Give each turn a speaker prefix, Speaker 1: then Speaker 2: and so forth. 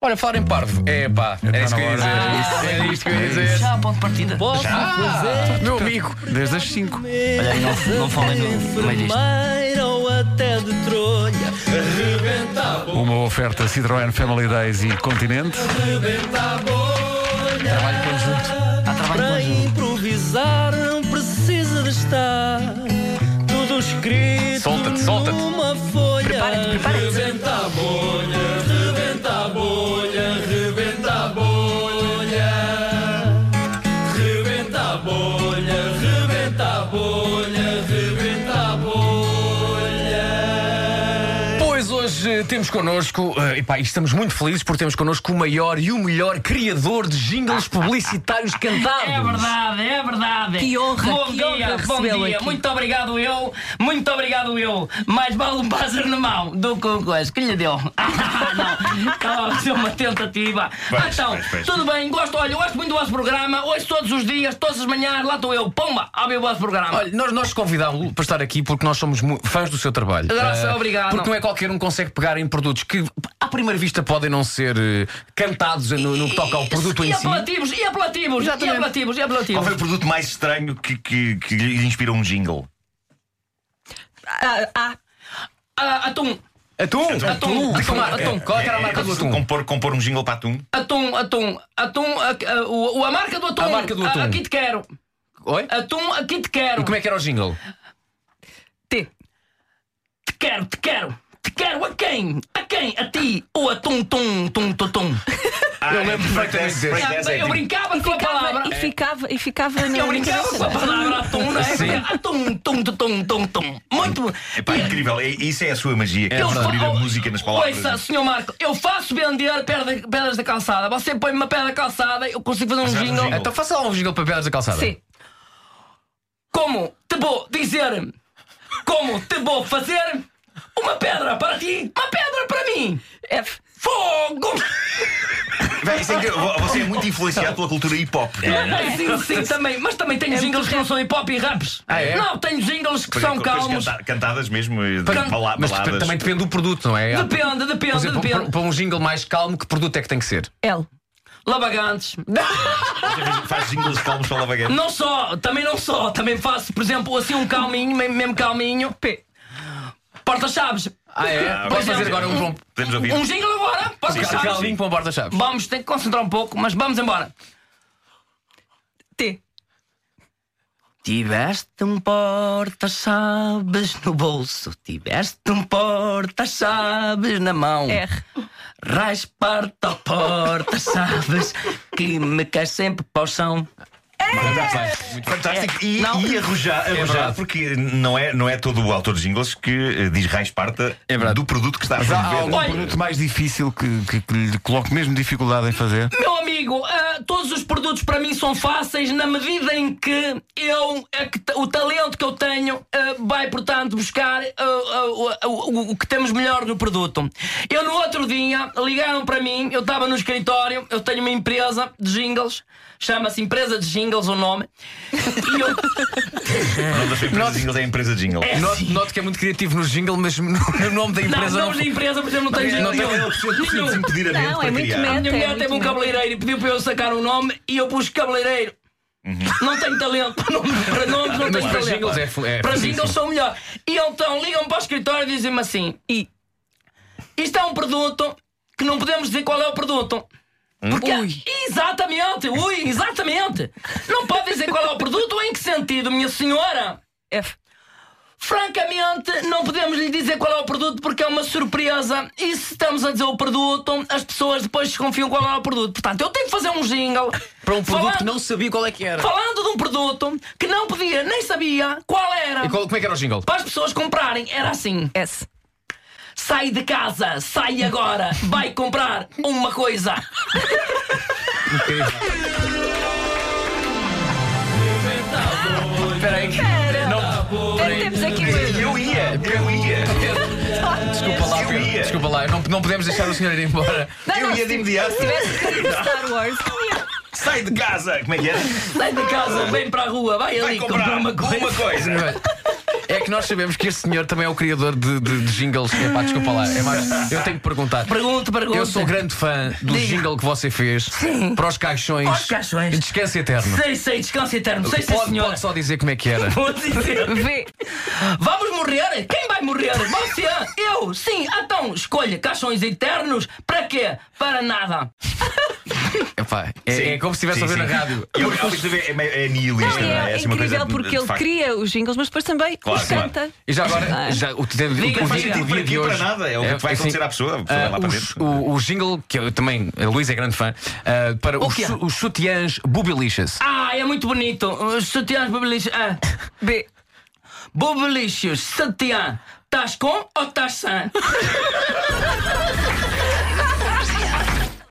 Speaker 1: Olha, falar em parvo. É pá, era isso que eu ia dizer.
Speaker 2: hora.
Speaker 3: Ah.
Speaker 1: Era isto que eu ia dizer.
Speaker 4: Já, ponto de partida.
Speaker 1: Posso? Ah, meu amigo.
Speaker 2: Desde as 5.
Speaker 4: Olha, um, aí, não, não falem no meio disto.
Speaker 2: Uma oferta Citroën Family Days e Continente.
Speaker 1: Trabalho conjunto.
Speaker 4: Há trabalho de conjunto.
Speaker 5: Improvisar não precisa de estar tudo escrito
Speaker 1: Solta-te, solta-te.
Speaker 5: numa folha.
Speaker 4: Prepara-te, prepara-te.
Speaker 5: Rebenta a bolha, rebenta a bolha, rebenta a bolha. Rebenta a bolha, rebenta a bolha, rebenta a bolha.
Speaker 1: Pois hoje eh, temos connosco, eh, epá, e estamos muito felizes por termos connosco o maior e o melhor criador de jingles publicitários cantados.
Speaker 3: É verdade, é verdade.
Speaker 6: Que honra,
Speaker 3: bom
Speaker 6: que
Speaker 3: dia,
Speaker 6: honra
Speaker 3: bom
Speaker 6: recebê-lo
Speaker 3: dia.
Speaker 6: aqui.
Speaker 3: Muito obrigado eu, muito obrigado eu. Mais vale um pássaro na mão do que um coisa que lhe deu. Não, estava a fazer uma tentativa.
Speaker 1: Pois,
Speaker 3: então,
Speaker 1: pois, pois.
Speaker 3: tudo bem, gosto, olha, eu gosto muito do vosso programa. Hoje, todos os dias, todas as manhãs, lá estou eu, pomba, a ver o vosso programa.
Speaker 1: Olha, nós, nós convidámos-lo para estar aqui porque nós somos mu- fãs do seu trabalho.
Speaker 3: Graças,
Speaker 1: Eh,
Speaker 3: obrigado.
Speaker 1: Porque não é qualquer um que consegue pegar em produtos que, à primeira vista, podem não ser eh, cantados no, no que toca ao produto
Speaker 3: e
Speaker 1: em si.
Speaker 3: apelativos, e apelativos, e
Speaker 1: Exatamente.
Speaker 3: apelativos, e
Speaker 7: Qual
Speaker 3: apelativos.
Speaker 7: foi o produto mais estranho que, que, que lhe inspirou um jingle?
Speaker 6: Ah, ah,
Speaker 3: Ah, atum,
Speaker 1: Atum! Atum!
Speaker 3: Atum.
Speaker 1: Atum! Atum! Qual é que era a marca do atum?
Speaker 7: Compor, compor um jingle para atum?
Speaker 3: atum, atum, atum, a, a- o- a marca do atum. Ah,
Speaker 1: A marca do atum.
Speaker 3: aqui te quero.
Speaker 1: Oi?
Speaker 3: Atum, aqui te quero.
Speaker 1: E como é que era o jingle?
Speaker 6: T.
Speaker 3: Te quero, te quero, te quero a quem? A quem? A ti ou a tum tum tum tum tum? Ah,
Speaker 7: Ah, eu lembro
Speaker 1: perfeitamente desse.
Speaker 4: é
Speaker 3: Eu brincava com a
Speaker 6: ficava, e
Speaker 3: palavra.
Speaker 6: ficava, e ficava na
Speaker 3: Eu brincava com a
Speaker 6: cabeça.
Speaker 3: palavra atum, não
Speaker 1: Sim.
Speaker 3: é? Atum tum tum tum tum tum. Muito bom.
Speaker 7: Epá, incrível, é, isso é a sua magia, que é
Speaker 3: Eu
Speaker 7: descobrir a
Speaker 3: fa- oh,
Speaker 7: música nas palavras.
Speaker 3: Ouça, senhor Marco, eu faço vender pedra- pedras da calçada. Você põe-me uma pedra da calçada, eu consigo fazer um
Speaker 7: Mas faz um
Speaker 3: jingle.
Speaker 7: jingle.
Speaker 1: Então faça lá um jingle para pedras da calçada.
Speaker 6: Sim.
Speaker 3: Como te vou dizer? Como te vou fazer? Uma pedra para ti, uma pedra para mim. É
Speaker 6: F.
Speaker 3: Fogo!
Speaker 7: Vai, isso é incrível. Vo- Você é muito influenciado pela cultura hip hop. não é?
Speaker 3: Sim, sim, também. Mas também tenho jingles que não são hip hop e raps.
Speaker 1: Ah, é?
Speaker 3: Não, tenho jingles que
Speaker 7: Por
Speaker 3: são
Speaker 7: exemplo, coisas
Speaker 3: calmos.
Speaker 7: canta- cantadas mesmo, eh, de
Speaker 1: Para-
Speaker 7: bala-
Speaker 1: mas
Speaker 7: baladas.
Speaker 1: também depende do produto, não é? Há-
Speaker 3: Depende, depende,
Speaker 1: Por exemplo,
Speaker 3: depende.
Speaker 1: para- para um jingle mais calmo, que produto é que tem que ser?
Speaker 6: L.
Speaker 3: Lavagantes.
Speaker 7: Faz jingles calmos para lavagante.
Speaker 3: Não só, também não só. Também faço, por exemplo, assim um calminho, me- mesmo calminho.
Speaker 6: P.
Speaker 3: Porta-chaves.
Speaker 1: Ah, é? Podes
Speaker 3: Podes
Speaker 1: fazer
Speaker 3: fazer.
Speaker 1: agora um bom.
Speaker 7: Podemos ouvir.
Speaker 3: Um jingle agora. Porta-chaves.
Speaker 1: Calminho para um borda-chaves.
Speaker 3: Vamos, tem que concentrar um pouco, mas vamos embora.
Speaker 6: T.
Speaker 3: Tiveste um porta-chaves no bolso, tiveste um porta-chaves na mão.
Speaker 1: É.
Speaker 6: R.
Speaker 3: Raspar-te ao porta-chaves que me quer sempre para o chão.
Speaker 7: Fantástico. E,
Speaker 3: Não.
Speaker 7: e arrojar, arrojar
Speaker 1: verdade.
Speaker 7: porque não é, não é todo o autor de jingles que eh, diz raiz parta
Speaker 1: É verdade.
Speaker 7: do produto que está a
Speaker 2: Mas há algum
Speaker 7: promover.
Speaker 3: Olha.
Speaker 2: produto mais difícil que, que, que lhe coloque mesmo dificuldade em fazer?
Speaker 3: Meu amigo, ah, todos os produtos para mim são fáceis na medida em que eu é que t- o talento que eu tenho ah, vai, portanto, buscar ah, ah, o- ah, o, o que temos melhor no produto. Eu no outro dia ligaram para mim, eu estava no escritório, eu tenho uma empresa de jingles, chama-se Empresa de Jingles o nome, e eu.
Speaker 7: O nome da sua empresa de jingles é a empresa de jingle.
Speaker 1: Note, note que é muito criativo no jingle, mas no no nome da
Speaker 3: Não,
Speaker 1: empresa não.
Speaker 3: nomes de empresa, por exemplo, não tenho
Speaker 1: Não
Speaker 3: jingle
Speaker 1: tem-
Speaker 3: nenhum.
Speaker 7: Preciso
Speaker 3: Nenhum.
Speaker 7: impedir a mente
Speaker 6: Não,
Speaker 7: para
Speaker 6: é muito
Speaker 7: criar.
Speaker 6: meta.
Speaker 3: Minha mulher teve um cabeleireiro e pediu para eu sacar o nome e eu pus cabeleireiro. Não tenho talento para nomes, para nomes não
Speaker 1: Uhum. Mas para
Speaker 3: tenho talento.
Speaker 1: jingles é fu- é
Speaker 3: para
Speaker 1: facílimo.
Speaker 3: jingles sou melhor. E então ligam-me para o escritório e dizem-me assim:
Speaker 6: I.
Speaker 3: Isto é um produto que não podemos dizer qual é o produto.
Speaker 1: Hum?
Speaker 3: Porque, é Exatamente, ui, exatamente. Não pode dizer qual é o produto, em que sentido, minha senhora?
Speaker 6: F.
Speaker 3: Francamente, não podemos lhe dizer qual é o produto porque é uma surpresa. E se estamos a dizer o produto, as pessoas depois desconfiam qual é o produto. Portanto, eu tenho que fazer um jingle
Speaker 1: Para um produto
Speaker 3: falando,
Speaker 1: que não sabia qual é que era.
Speaker 3: falando de um produto que não podia, nem sabia qual era.
Speaker 1: E qual- como é que era o jingle?
Speaker 3: Para as pessoas comprarem, era assim:
Speaker 6: S.
Speaker 3: sai de casa, sai agora, vai comprar uma coisa.
Speaker 1: Espera aí.
Speaker 6: Temos aqui o
Speaker 7: Eu ia, eu ia,
Speaker 1: Desculpa lá,
Speaker 7: Eu
Speaker 1: Pedro.
Speaker 7: ia.
Speaker 1: Desculpa lá. Não, não podemos deixar o senhor ir embora.
Speaker 7: eu ia de imediato.
Speaker 6: assim. Se tivesse querido Star Wars,
Speaker 7: Sai de casa! Como é que era?
Speaker 3: Sai de casa, vem para a rua, vai
Speaker 7: Vai
Speaker 3: ali comprar,
Speaker 7: comprar
Speaker 3: uma coisa.
Speaker 7: Uma coisa.
Speaker 1: É que nós sabemos que este senhor também é o criador de, de- de jingles. Epá, desculpa lá. É mais, eu tenho que perguntar.
Speaker 3: Pergunta, pergunta.
Speaker 1: Eu sou grande fã do
Speaker 3: Diga.
Speaker 1: jingle que você fez para os caixões.
Speaker 3: Para os caixões.
Speaker 1: de Descanso eterno.
Speaker 3: Sei, sei, descanso eterno. Sei, sei,
Speaker 1: Pode,
Speaker 3: senhora.
Speaker 1: pode só dizer como é que era.
Speaker 3: Vou dizer.
Speaker 6: Vê.
Speaker 3: Vamos morrer? Quem vai morrer? Você? Eu? Sim, então escolha caixões eternos. Para quê? Para nada.
Speaker 1: Epá, é, é como se estivesse
Speaker 7: Sim,
Speaker 1: a ouvir
Speaker 7: sim.
Speaker 1: na rádio.
Speaker 7: Eu, ao mesmo tempo, é, meio- é
Speaker 6: Não,
Speaker 7: nihilista,
Speaker 6: e
Speaker 7: não
Speaker 6: é,
Speaker 7: é? assim, uma coisa
Speaker 6: incrível
Speaker 7: de- de
Speaker 6: porque ele
Speaker 7: facto.
Speaker 6: cria os jingles, mas depois também
Speaker 7: Claro,
Speaker 6: os
Speaker 7: claro.
Speaker 6: canta.
Speaker 1: E já agora, já, o, o, o,
Speaker 3: Diga, faz
Speaker 1: dia-
Speaker 3: sentido
Speaker 1: o
Speaker 7: para
Speaker 1: dia
Speaker 7: quê,
Speaker 1: de hoje. assim,
Speaker 7: para nada? É o que vai acontecer à pessoa, a pessoa vai lá
Speaker 1: ah,
Speaker 7: para
Speaker 1: os-
Speaker 7: dentro.
Speaker 1: o, o jingle, que eu também, a Luísa é grande fã, ah, para os,
Speaker 3: que é?
Speaker 1: su- os sutiãs Bubilicious.
Speaker 3: Ah, é muito bonito. Os sutiãs bobolixos. Ah.
Speaker 6: B.
Speaker 3: Bobolixos, sutiã. Estás com ou estás sem?